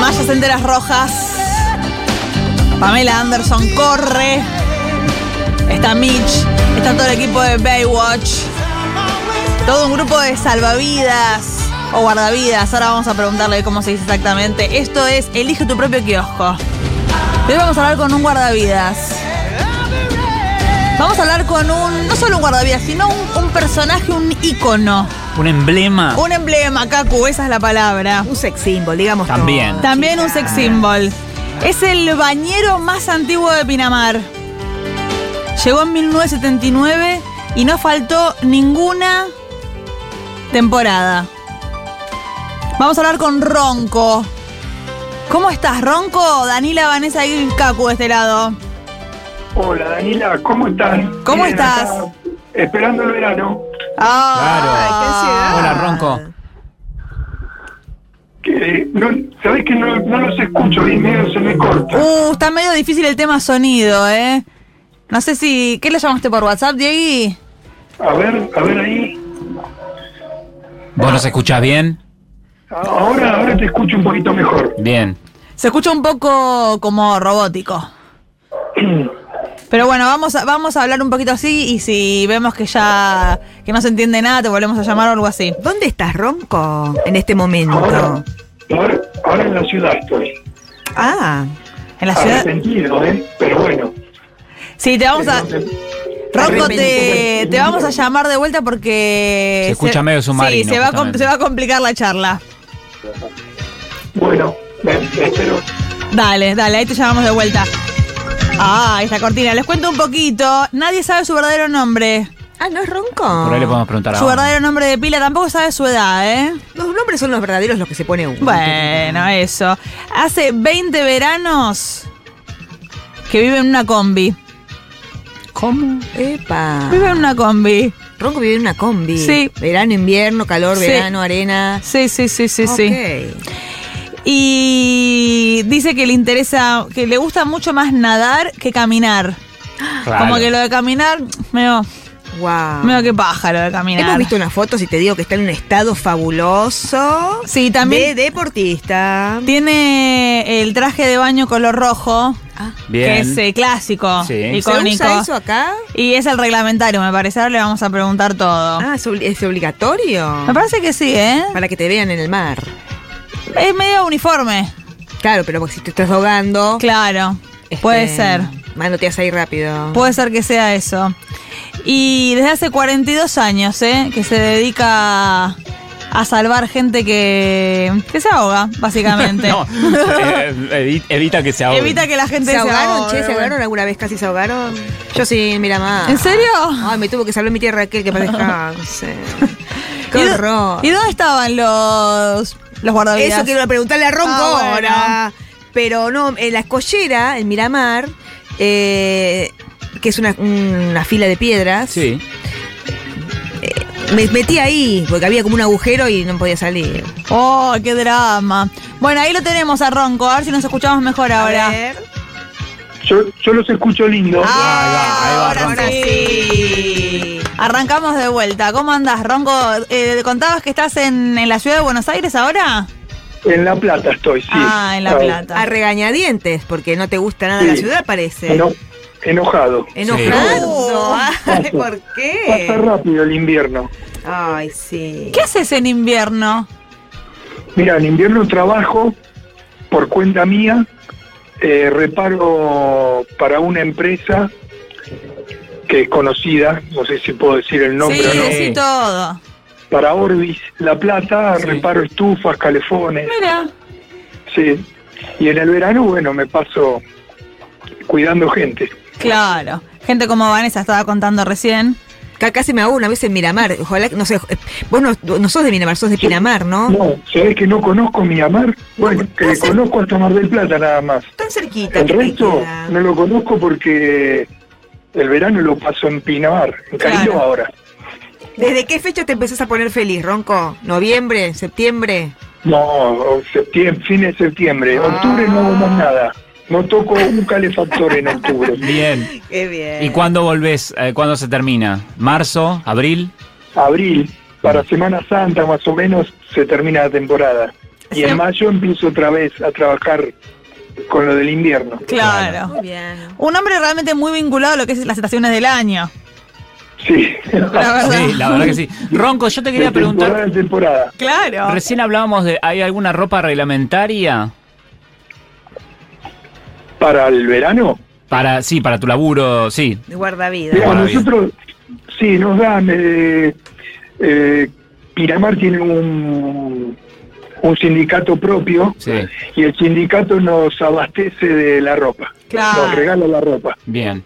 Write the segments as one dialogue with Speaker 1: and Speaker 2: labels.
Speaker 1: Maya Senderas Rojas. Pamela Anderson corre. Está Mitch. Está todo el equipo de Baywatch. Todo un grupo de salvavidas o guardavidas. Ahora vamos a preguntarle cómo se dice exactamente. Esto es Elige tu propio kiosco. Hoy vamos a hablar con un guardavidas. Vamos a hablar con un, no solo un guardavidas, sino un, un personaje, un ícono.
Speaker 2: Un emblema.
Speaker 1: Un emblema, Kaku, esa es la palabra.
Speaker 3: Un sex symbol, digamos.
Speaker 2: También.
Speaker 3: todo.
Speaker 1: También un sex symbol. Es el bañero más antiguo de Pinamar. Llegó en 1979 y no faltó ninguna temporada. Vamos a hablar con Ronco. ¿Cómo estás, Ronco? Danila, Vanessa y Cacu de este lado.
Speaker 4: Hola Danila, ¿cómo estás?
Speaker 1: ¿Cómo estás?
Speaker 4: acá, esperando el verano.
Speaker 1: Ah,
Speaker 2: Hola, Ronco.
Speaker 4: Que no, Sabés que no, no los escucho bien, medio se me corta.
Speaker 1: Uh, está medio difícil el tema sonido, ¿eh? No sé si... ¿Qué le llamaste por WhatsApp, Diegui?
Speaker 4: A ver, a ver ahí.
Speaker 2: ¿Vos nos escuchás bien?
Speaker 4: A- Ahora, ahora te escucho un poquito mejor.
Speaker 2: Bien.
Speaker 1: Se escucha un poco como robótico. Pero bueno, vamos a, vamos a hablar un poquito así y si vemos que ya que no se entiende nada, te volvemos a llamar o algo así.
Speaker 3: ¿Dónde estás, Ronco, en este
Speaker 4: Ahora,
Speaker 3: momento?
Speaker 4: ahora, ahora en la ciudad estoy.
Speaker 3: Ah,
Speaker 1: En la ciudad.
Speaker 4: Arrepentido, ¿eh? Pero bueno.
Speaker 1: Sí, te vamos a. Rocco, te, te vamos a llamar de vuelta porque.
Speaker 2: Se escucha medio submarino,
Speaker 1: Sí, se va, a com-
Speaker 2: justamente.
Speaker 1: se va a complicar la charla.
Speaker 4: Bueno, eh, espero.
Speaker 1: Dale, dale, ahí te llamamos de vuelta. Ah, esta cortina. Les cuento un poquito. Nadie sabe su verdadero nombre.
Speaker 3: ah, ¿no es
Speaker 2: Por ahí le
Speaker 3: Ronco?
Speaker 2: podemos preguntar a
Speaker 1: Su
Speaker 2: Ron.
Speaker 1: verdadero nombre de pila tampoco sabe su edad, ¿eh?
Speaker 3: Los nombres son los verdaderos los que se pone uno.
Speaker 1: Bueno, eso. Hace 20 veranos que vive en una combi.
Speaker 2: ¿Cómo?
Speaker 3: Epa.
Speaker 1: Vive en una combi.
Speaker 3: Ronco vive en una combi.
Speaker 1: Sí.
Speaker 3: Verano, invierno, calor,
Speaker 1: Sí.
Speaker 3: verano, arena.
Speaker 1: Sí, sí, sí, sí, sí.
Speaker 3: sí.
Speaker 1: Y dice que le interesa, que le gusta mucho más nadar que caminar.
Speaker 2: Claro. Ah.
Speaker 1: Como que lo de caminar, medio,
Speaker 3: Wow.
Speaker 1: medio que paja lo de
Speaker 3: Hemos
Speaker 1: caminar.
Speaker 3: visto unas fotos y te digo que está en un estado fabuloso.
Speaker 1: Sí, también
Speaker 3: De deportista.
Speaker 1: tiene el traje de baño color rojo,
Speaker 3: Ah.
Speaker 1: que
Speaker 2: Bien.
Speaker 1: es eh, clásico,
Speaker 2: Sí.
Speaker 1: icónico.
Speaker 3: ¿Se usa eso acá?
Speaker 1: Y es el reglamentario, me parece. Ahora le vamos a preguntar todo.
Speaker 3: Ah, ¿es obli- es obligatorio?
Speaker 1: Me parece que sí, ¿eh?
Speaker 3: Para que te vean en el mar.
Speaker 1: Es medio uniforme.
Speaker 3: Claro, pero porque si te estás ahogando.
Speaker 1: Claro.
Speaker 3: este,
Speaker 1: Puede ser.
Speaker 3: Manoteas ahí rápido.
Speaker 1: Puede ser que sea eso. Y desde hace 42 años, ¿eh? Que se dedica a salvar gente que, que se ahoga, básicamente.
Speaker 2: No, eh, evi- evita que se ahogue.
Speaker 1: Evita que la gente
Speaker 3: ¿Se
Speaker 1: se,
Speaker 3: ahogaron,
Speaker 1: ahogue.
Speaker 3: che? ¿Se ahogaron alguna vez? ¿Casi se ahogaron? Yo sí, mira más.
Speaker 1: ¿En serio?
Speaker 3: Ay, me tuvo que salvar mi tía Raquel, que para descanse.
Speaker 1: ¿Y
Speaker 3: ¡Qué
Speaker 1: dó-
Speaker 3: horror!
Speaker 1: ¿Y dónde estaban los, los guardavidas?
Speaker 3: Eso quiero preguntarle a Ronco
Speaker 1: Ah, bueno.
Speaker 3: ahora. Pero no, en la escollera, en Miramar, eh, que es una, una fila de piedras,
Speaker 2: Sí.
Speaker 3: me metí ahí, porque había como un agujero y no podía salir.
Speaker 1: ¡Oh, qué drama! Bueno, ahí lo tenemos a Ronco. A ver si nos escuchamos mejor ahora.
Speaker 3: A ver.
Speaker 4: Yo, yo los escucho lindo.
Speaker 1: Ah,
Speaker 2: Ahí va, ahí va,
Speaker 1: ahora
Speaker 3: Ronco.
Speaker 1: sí. Arrancamos de vuelta. ¿Cómo andás, Ronco? Eh, ¿Contabas que estás en, en la ciudad de Buenos Aires ahora?
Speaker 4: En La Plata estoy, sí.
Speaker 1: Ah, en La
Speaker 4: Ah,
Speaker 1: Plata.
Speaker 3: A regañadientes, porque no te gusta nada la
Speaker 4: Sí.
Speaker 3: ciudad, parece.
Speaker 4: eno- enojado.
Speaker 3: Enojado. Ay, ¿por
Speaker 4: Pasa
Speaker 3: qué?
Speaker 4: rápido el invierno.
Speaker 3: Ay, sí.
Speaker 1: ¿Qué haces en invierno?
Speaker 4: Mira, en invierno trabajo por cuenta mía, eh, reparo para una empresa que es conocida, no sé si puedo decir el nombre
Speaker 1: sí,
Speaker 4: o no.
Speaker 1: decí todo.
Speaker 4: para Orbis La Plata,
Speaker 2: Sí.
Speaker 4: reparo estufas, calefones,
Speaker 1: Mira,
Speaker 4: sí. Y en el verano, bueno, me paso cuidando gente.
Speaker 1: claro. Gente como Vanessa estaba contando recién.
Speaker 3: Ca- Casi me hago una vez en Miramar. Ojalá, que- no sé, eh, vos no, no sos de Miramar, sos de Pinamar, ¿no?
Speaker 4: No, ¿sabés que no conozco mi amar? Bueno, que
Speaker 3: pasa-
Speaker 4: conozco hasta Mar del Plata nada más.
Speaker 3: Tan cerquita.
Speaker 4: El
Speaker 3: que te
Speaker 4: resto
Speaker 3: queda.
Speaker 4: no lo conozco porque el verano lo paso en Pinamar, en Cariló
Speaker 1: Claro.
Speaker 4: ahora.
Speaker 3: ¿Desde qué fecha te empezás a poner feliz, Ronco? ¿Noviembre? ¿Septiembre?
Speaker 4: No, septiembre, fin de septiembre. Octubre no hago más nada. No toco un calefactor en octubre.
Speaker 2: Bien.
Speaker 3: Qué bien.
Speaker 2: ¿Y cuándo volvés? Eh, ¿Cuándo se termina? ¿Marzo? ¿Abril?
Speaker 4: Abril, para Semana Santa más o menos, se termina la temporada. Y en mayo empiezo otra vez a trabajar con lo del invierno.
Speaker 1: Claro.
Speaker 3: Muy bien.
Speaker 1: Un hombre realmente muy vinculado a lo que es las estaciones del año.
Speaker 4: Sí.
Speaker 1: La verdad.
Speaker 2: Sí, la verdad que sí. Ronco, yo te
Speaker 4: De
Speaker 2: quería
Speaker 4: temporada
Speaker 2: preguntar.
Speaker 4: en temporada.
Speaker 1: Claro.
Speaker 2: Recién hablábamos de. ¿Hay alguna ropa reglamentaria?
Speaker 4: Para el verano,
Speaker 2: Para, sí, para tu laburo, sí.
Speaker 3: De
Speaker 4: Mira,
Speaker 3: guardavidas.
Speaker 2: Maravilla.
Speaker 4: nosotros, sí, nos dan. eh, eh, Piramar tiene un, un sindicato propio
Speaker 2: Sí.
Speaker 4: y el sindicato nos abastece de la ropa.
Speaker 1: Claro.
Speaker 4: Nos regala la ropa.
Speaker 2: Bien.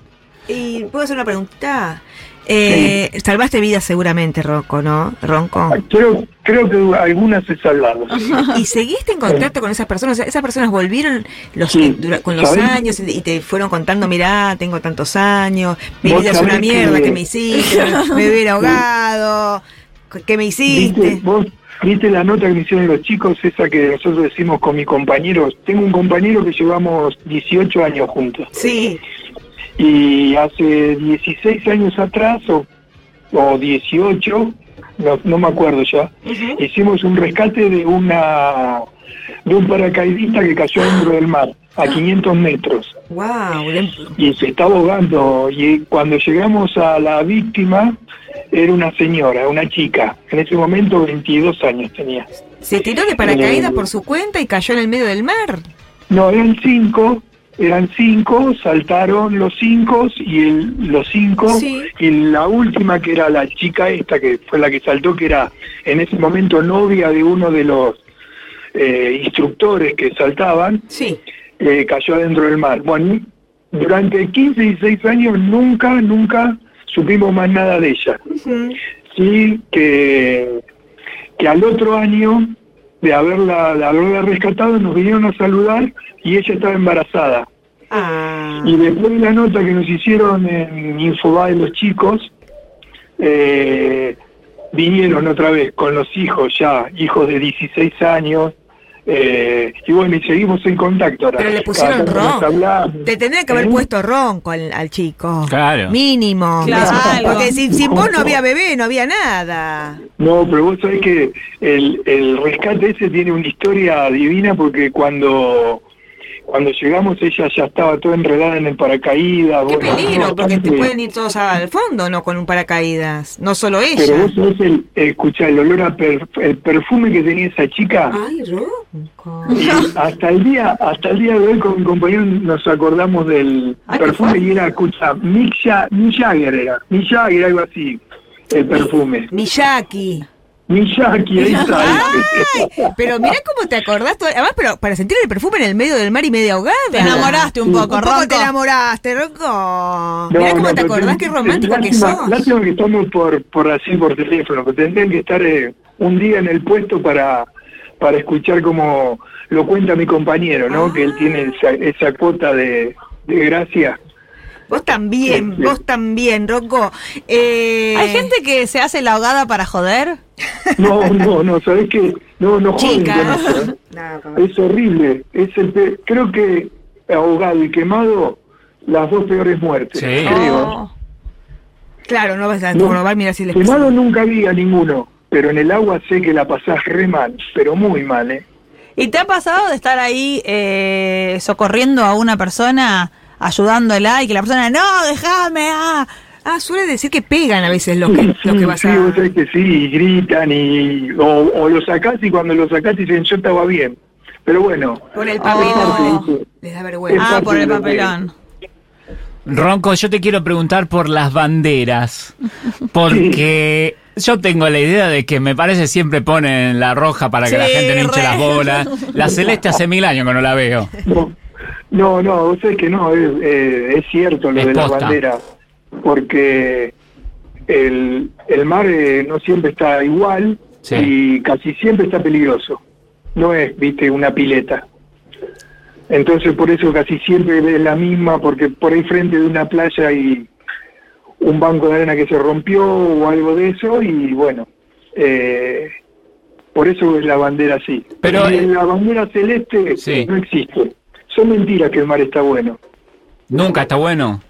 Speaker 3: ¿Y puedo hacer una pregunta? Eh, Salvaste vidas seguramente, Ronco, ¿no? Ronco.
Speaker 4: Creo, creo que algunas se salvaron. sí.
Speaker 3: ¿Y seguiste en contacto con esas personas? O sea, ¿Esas personas volvieron los
Speaker 4: Sí.
Speaker 3: que dura- con los
Speaker 4: ¿Sabés?
Speaker 3: años y y te fueron contando, mirá, tengo tantos años, mi
Speaker 4: Vos
Speaker 3: vida es
Speaker 4: sabés
Speaker 3: una mierda
Speaker 4: que-
Speaker 3: que me hiciste, me hubiera ahogado, ¿qué me
Speaker 4: ¿Viste,
Speaker 3: hiciste?
Speaker 4: vos, ¿Viste la nota que me hicieron los chicos? Esa que nosotros decimos con mis compañeros. Tengo un compañero que llevamos 18 años juntos.
Speaker 3: Sí,
Speaker 4: Y hace 16 años atrás, o, o 18, no, no me acuerdo ya, hicimos un rescate de una de un paracaidista que cayó dentro del mar, a 500 metros,
Speaker 3: wow.
Speaker 4: y se estaba ahogando. Y cuando llegamos a la víctima, era una señora, una chica. En ese momento 22 años tenía.
Speaker 3: Se tiró de paracaídas por su cuenta y cayó en el medio del mar.
Speaker 4: No, eran cinco, eran cinco, saltaron los cinco y el- los cinco
Speaker 3: Sí.
Speaker 4: y la última que era la chica esta que fue la que saltó que era en ese momento novia de uno de los eh, instructores que saltaban
Speaker 3: Sí.
Speaker 4: eh, cayó adentro del mar. Bueno, durante 15 y 6 años nunca, nunca supimos más nada de ella. Sí, que, que al otro año de haberla, de haberla rescatado nos vinieron a saludar y ella estaba embarazada.
Speaker 3: Ah.
Speaker 4: Y después de la nota que nos hicieron en Infobae los chicos, eh, vinieron otra vez con los hijos ya, hijos de 16 años, eh, y bueno, y seguimos en contacto ahora.
Speaker 3: Pero le
Speaker 4: Cada
Speaker 3: pusieron
Speaker 4: tanto nos
Speaker 3: ron.
Speaker 4: hablamos.
Speaker 3: Te tendría que haber
Speaker 4: ¿Eh?
Speaker 3: puesto ronco al, al chico.
Speaker 2: Claro.
Speaker 3: Mínimo.
Speaker 1: Claro.
Speaker 3: Porque sin, sin vos no había bebé, no había nada.
Speaker 4: No, pero vos sabés que el, el rescate ese tiene una historia divina porque cuando, cuando llegamos ella ya estaba toda enredada en el paracaídas.
Speaker 3: Qué
Speaker 4: bueno,
Speaker 3: peligro, porque te
Speaker 4: bastante-
Speaker 3: pueden ir todos al fondo, ¿no? Con un paracaídas. No solo
Speaker 4: Pero
Speaker 3: ella.
Speaker 4: vos sabés el, escuchá, el olor a per- el perfume que tenía esa chica.
Speaker 3: Ay, ronco. Ah.
Speaker 4: Hasta el día, hasta el día de hoy con mi compañero nos acordamos del
Speaker 3: Ah, qué
Speaker 4: perfume
Speaker 3: fuerte.
Speaker 4: y era, escucha, Mick Ja- Mick Jagger era, Mick Jagger, algo así, el perfume.
Speaker 3: Miyaki.
Speaker 4: Mick Jagger, ahí está.
Speaker 3: Ay, pero mirá cómo te acordás. todo- Además, pero para sentir el perfume en el medio del mar y media ahogada.
Speaker 1: Te enamoraste un poco,
Speaker 3: Un poco
Speaker 1: Ronco.
Speaker 3: te enamoraste, Ronco.
Speaker 4: No,
Speaker 3: Mirá cómo
Speaker 4: no,
Speaker 3: te
Speaker 4: pero
Speaker 3: acordás,
Speaker 4: ten-
Speaker 3: qué romántico que
Speaker 4: lástima-
Speaker 3: sos.
Speaker 4: Lástima que estamos por, por así por teléfono, pero tendrían que estar eh, un día en el puesto para, para escuchar como lo cuenta mi compañero, ¿no? Que
Speaker 3: Ah.
Speaker 4: él tiene esa, esa cuota de, de gracia.
Speaker 3: Vos también,
Speaker 4: Sí.
Speaker 3: vos también, Ronco. Eh,
Speaker 1: Hay gente que se hace la ahogada para joder.
Speaker 4: No, no, no, ¿sabés qué? No, no joden con
Speaker 3: Chica.
Speaker 4: eso, ¿eh?
Speaker 3: No, como-
Speaker 4: Es horrible. Es el pe- creo que ahogado y quemado, las dos peores muertes.
Speaker 2: Sí.
Speaker 4: Creo.
Speaker 1: Oh.
Speaker 3: Claro, no vas a
Speaker 4: No.
Speaker 3: comprobar, mira si les
Speaker 4: Quemado nunca vi a ninguno, pero en el agua sé que la pasás re mal, pero muy mal, ¿eh?
Speaker 1: ¿Y te ha pasado de estar ahí eh, socorriendo a una persona, ayudándola y que la persona, no, déjame, ah"?
Speaker 3: Ah, suele decir que pegan a veces los que, los que vas
Speaker 4: sí,
Speaker 3: a.
Speaker 4: vos sabés que sí, y gritan y. O, o lo sacás y cuando lo sacás dicen yo estaba bien. Pero bueno,
Speaker 3: Por el
Speaker 1: Oh.
Speaker 3: papelón.
Speaker 4: sí, sí.
Speaker 3: Les da
Speaker 4: Es
Speaker 3: vergüenza.
Speaker 1: Ah,
Speaker 4: parte
Speaker 1: por el
Speaker 4: de lo que-
Speaker 1: papelón.
Speaker 2: Ronco, yo te quiero preguntar por las banderas. Porque Yo tengo la idea de que me parece siempre ponen la roja para que la
Speaker 1: Sí,
Speaker 2: gente no hinche
Speaker 1: re.
Speaker 2: las bolas. La celeste hace mil años que no la veo.
Speaker 4: No, no, no, vos sabés que no, es, eh, es cierto lo
Speaker 2: Es
Speaker 4: de la
Speaker 2: posta.
Speaker 4: bandera, porque el, el mar eh, no siempre está igual
Speaker 2: Sí.
Speaker 4: y casi siempre está peligroso, no es, viste, una pileta. Entonces por eso casi siempre es la misma, porque por ahí frente de una playa hay un banco de arena que se rompió o algo de eso y bueno, eh, por eso es la bandera así.
Speaker 2: Pero,
Speaker 4: Y
Speaker 2: eh,
Speaker 4: la bandera celeste
Speaker 2: Sí.
Speaker 4: no existe. Son mentiras que el mar está bueno.
Speaker 2: Nunca está bueno.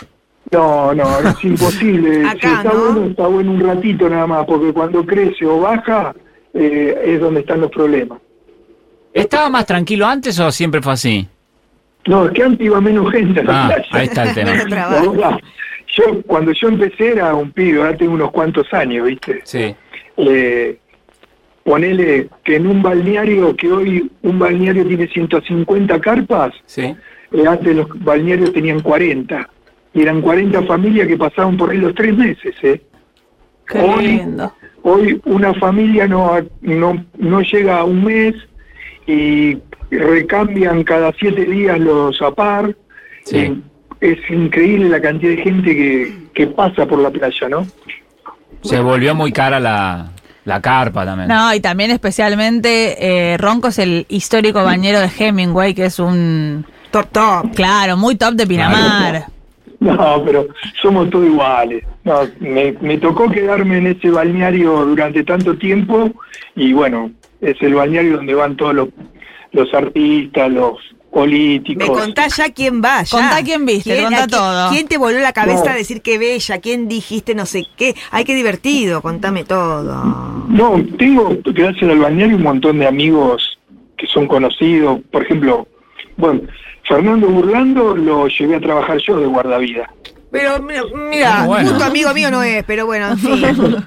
Speaker 4: No, no, es imposible.
Speaker 3: Acá,
Speaker 4: si está
Speaker 3: ¿no?
Speaker 4: bueno, está bueno un ratito nada más, porque cuando crece o baja eh, es donde están los problemas.
Speaker 2: ¿Estaba más tranquilo antes o siempre fue así?
Speaker 4: No, es que antes iba menos gente a la
Speaker 2: Ah,
Speaker 4: playa.
Speaker 2: ahí está el tema.
Speaker 3: Menos trabajo.
Speaker 4: La verdad, Yo, cuando yo empecé era un pibe, ahora tengo unos cuantos años, ¿viste?
Speaker 2: Sí.
Speaker 4: eh, ponele que en un balneario, que hoy un balneario tiene 150 carpas,
Speaker 2: Sí.
Speaker 4: eh, antes los balnearios tenían 40. Y eran 40 familias que pasaban por ahí los tres meses. ¿eh?
Speaker 1: Qué
Speaker 4: Hoy-
Speaker 1: lindo.
Speaker 4: Hoy una familia no, no, no llega a un mes y recambian cada siete días los apar.
Speaker 2: Sí.
Speaker 4: Eh, Es increíble la cantidad de gente que, que pasa por la playa, ¿no?
Speaker 2: Se volvió muy cara la, la carpa también.
Speaker 1: No, y también especialmente eh, Ronco es el histórico bañero de Hemingway, que es un,
Speaker 3: Top, top.
Speaker 1: claro, muy top de Pinamar.
Speaker 4: No, pero somos todos iguales. No, me, me tocó quedarme en ese balneario durante tanto tiempo y bueno, es el balneario donde van todos los, los artistas, los
Speaker 3: Me
Speaker 4: políticos.
Speaker 3: contá ya quién va, ya.
Speaker 1: Contá quién viste, contá
Speaker 3: a quién-
Speaker 1: todo.
Speaker 3: ¿Quién te voló la cabeza
Speaker 4: No.
Speaker 3: a decir qué bella? ¿Quién dijiste no sé qué? Ay, qué divertido, contame todo.
Speaker 4: No, tengo, gracias al balneario, un montón de amigos que son conocidos. Por ejemplo, bueno, Fernando Burlando lo llevé a trabajar yo de guardavida.
Speaker 3: Pero mira, mira
Speaker 2: Muy bueno.
Speaker 3: Ah, justo amigo mío no es, pero bueno, en fin.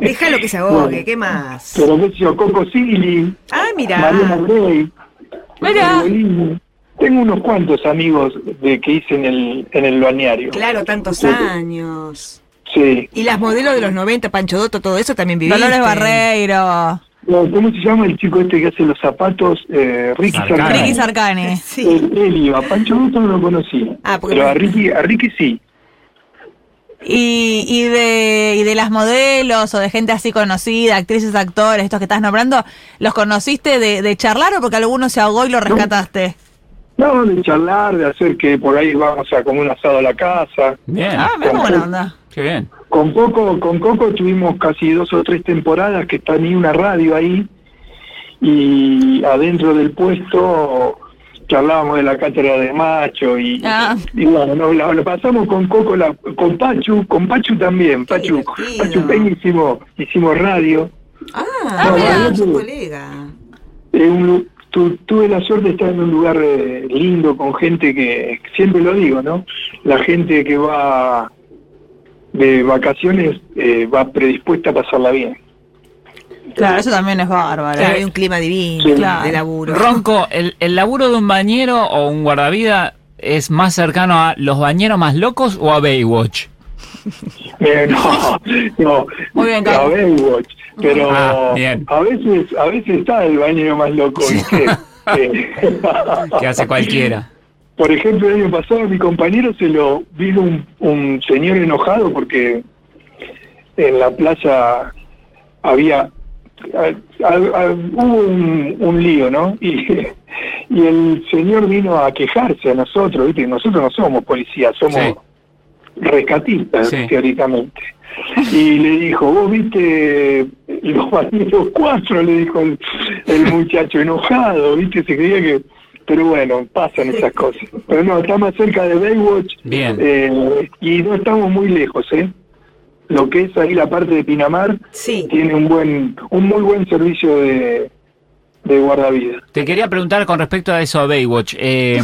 Speaker 3: Déjalo que se ahogue, ¿qué más?
Speaker 4: Pero qué sé yo, Coco Sigli,
Speaker 3: Ah, mira.
Speaker 4: Mariana Grey,
Speaker 1: Mirá.
Speaker 4: Pergolini. Tengo unos cuantos amigos de que hice en el, en el balneario.
Speaker 3: Claro, tantos años.
Speaker 4: Sí.
Speaker 3: Y las modelos de los 90, Pancho Dotto, todo eso también viviste.
Speaker 1: Dolores Barreiro,
Speaker 4: No, ¿Cómo se llama el chico este que hace los zapatos? Eh, Ricky
Speaker 2: Sarkany.
Speaker 4: Sarkany.
Speaker 1: Ricky Sarcani.
Speaker 3: Sí.
Speaker 4: Él- él iba. Pancho Gusto no lo conocí.
Speaker 3: Ah, porque-
Speaker 4: pero a Ricky, a Ricky sí.
Speaker 1: Y, y, de, y de las modelos o de gente así conocida, actrices, actores, estos que estás nombrando, ¿los conociste de, de charlar o porque alguno se ahogó y lo rescataste?
Speaker 4: No, de charlar, de hacer que por ahí vamos a comer un asado a la casa.
Speaker 2: Bien.
Speaker 1: Ah, mira qué buena onda.
Speaker 2: Qué bien.
Speaker 4: Con Coco, con Coco tuvimos casi dos o tres temporadas que tenía una radio ahí y adentro del puesto charlábamos de la cátedra de macho y,
Speaker 1: Ah.
Speaker 4: y bueno, nos la, la pasamos con Coco, la- con Pachu, con Pachu también, Pachu,
Speaker 3: divertido.
Speaker 4: Pachu Peña hicimos, hicimos radio.
Speaker 3: Ah,
Speaker 4: Ah,
Speaker 3: mira,
Speaker 4: mira.
Speaker 3: su colega.
Speaker 4: Eh, un lu- tu- tuve la suerte de estar en un lugar eh, lindo con gente que, siempre lo digo, ¿no? La gente que va de vacaciones eh, va predispuesta a pasarla bien.
Speaker 1: Claro, eso también es bárbaro.
Speaker 3: Claro, hay un clima divino
Speaker 4: Sí.
Speaker 3: claro, de
Speaker 1: Claro.
Speaker 3: laburo.
Speaker 2: Ronco, el, el laburo de un bañero o un guardavida es más cercano a los bañeros más locos o a Baywatch.
Speaker 4: Eh, no, no.
Speaker 1: Muy bien,
Speaker 4: a
Speaker 1: Carlos.
Speaker 4: Baywatch, pero
Speaker 2: Ah, bien.
Speaker 4: a veces a veces está el bañero más loco. ¿viste? Eh,
Speaker 2: Que hace cualquiera.
Speaker 4: Por ejemplo, el año pasado a mi compañero se lo vino un, un señor enojado porque en la plaza había a- a- a- hubo un, un lío, ¿no? Y, y el señor vino a quejarse a nosotros, ¿viste? Nosotros no somos policías, somos
Speaker 2: Sí.
Speaker 4: rescatistas,
Speaker 2: Sí.
Speaker 4: teóricamente. Y le dijo, vos viste eh, los bandidos cuatro, le dijo el, el muchacho enojado, viste, se creía que... Pero bueno, pasan esas cosas. Pero no, está más cerca de Baywatch
Speaker 2: Bien.
Speaker 4: eh, y no estamos muy lejos, ¿eh? Lo que es ahí la parte de Pinamar
Speaker 3: Sí.
Speaker 4: tiene un buen, un muy buen servicio de, de guardavidas.
Speaker 2: Te quería preguntar con respecto a eso a Baywatch. Eh,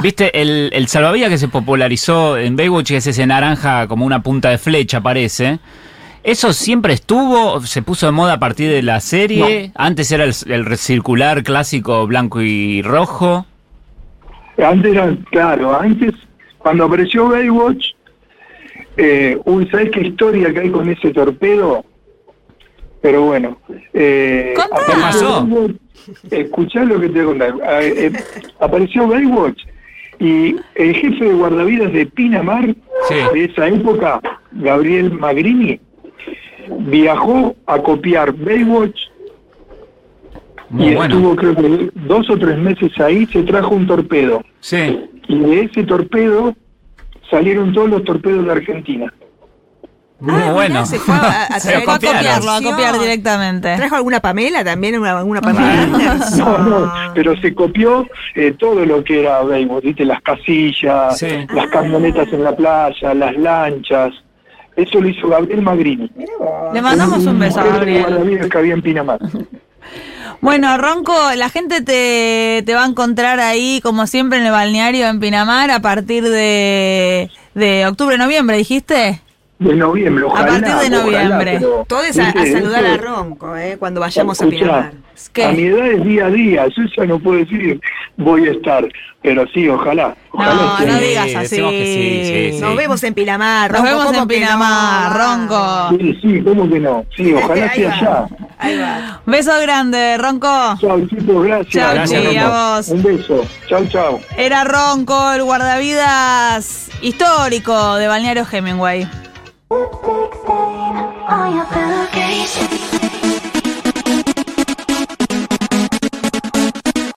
Speaker 2: ¿Viste el, el salvavidas que se popularizó en Baywatch, que es ese naranja como una punta de flecha, parece? ¿Eso siempre estuvo? ¿Se puso de moda a partir de la serie? Antes era el, el circular clásico blanco y rojo.
Speaker 4: Antes era, claro, antes, cuando apareció Baywatch, eh, uy, ¿sabes qué historia que hay con ese torpedo? Pero bueno. Eh,
Speaker 1: Contá.
Speaker 4: apareció
Speaker 2: ¿Qué pasó?
Speaker 4: Baywatch. Escuchá lo que te voy a contar. Ah, eh, apareció Baywatch y el jefe de guardavidas de Pinamar
Speaker 2: Sí.
Speaker 4: de esa época, Gabriel Magrini, viajó a copiar Baywatch
Speaker 2: Muy
Speaker 4: y
Speaker 2: bueno.
Speaker 4: estuvo creo que dos o tres meses ahí, se trajo un torpedo.
Speaker 2: Sí.
Speaker 4: Y de ese torpedo salieron todos los torpedos de Argentina.
Speaker 2: Muy
Speaker 3: Ah, mirá,
Speaker 2: bueno.
Speaker 3: se fue a- a
Speaker 2: Se
Speaker 3: traer-
Speaker 2: lo
Speaker 1: Fue a
Speaker 2: copiaron.
Speaker 1: copiarlo, a copiar
Speaker 3: Copiaron.
Speaker 1: directamente.
Speaker 3: ¿Trajo alguna Pamela también? ¿Una, alguna Pamela? Anderson?
Speaker 4: Ah. No, no,
Speaker 1: Ah.
Speaker 4: pero se copió eh, todo lo que era Baywatch, ¿viste? las casillas,
Speaker 2: Sí.
Speaker 4: las camionetas en la playa, las lanchas. Eso lo hizo Gabriel Magrini.
Speaker 1: Le mandamos un beso a
Speaker 4: Jefe de
Speaker 1: Gabriel.
Speaker 4: guardavidas que había en Pinamar.
Speaker 1: Bueno, Ronco, la gente te, te va a encontrar ahí, como siempre, en el balneario en Pinamar a partir de, de octubre, noviembre, dijiste.
Speaker 4: De noviembre, ojalá.
Speaker 1: partir de
Speaker 4: ojalá,
Speaker 1: noviembre.
Speaker 4: pero,
Speaker 3: Todos a, a
Speaker 4: ¿viste?
Speaker 3: saludar
Speaker 4: Eso-
Speaker 3: a Ronco, eh, cuando vayamos a
Speaker 4: Escuchá,
Speaker 3: Pinamar.
Speaker 1: ¿Qué?
Speaker 4: A mi edad es día a día, yo ya no puedo decir voy a estar, pero sí, ojalá. ojalá
Speaker 1: No,
Speaker 4: esté.
Speaker 1: no
Speaker 2: Sí,
Speaker 1: digas así.
Speaker 2: decimos que sí, sí, sí.
Speaker 3: Nos vemos en Pinamar,
Speaker 1: Nos
Speaker 3: Ronco.
Speaker 1: vemos
Speaker 3: ¿cómo
Speaker 1: en
Speaker 3: que no?
Speaker 1: Pinamar, Ronco.
Speaker 4: Sí, sí, ¿cómo que no? Sí, ojalá
Speaker 3: Ahí
Speaker 4: esté
Speaker 3: va,
Speaker 4: allá.
Speaker 3: Ahí va.
Speaker 1: Beso grande, Ronco.
Speaker 4: Chao, chicos, gracias.
Speaker 1: Chau,
Speaker 4: Gracias,
Speaker 2: Chi,
Speaker 4: Ramón.
Speaker 1: a vos.
Speaker 4: Un beso. Chao, chao.
Speaker 1: Era Ronco, el guardavidas histórico de Balneario Hemingway.
Speaker 5: All your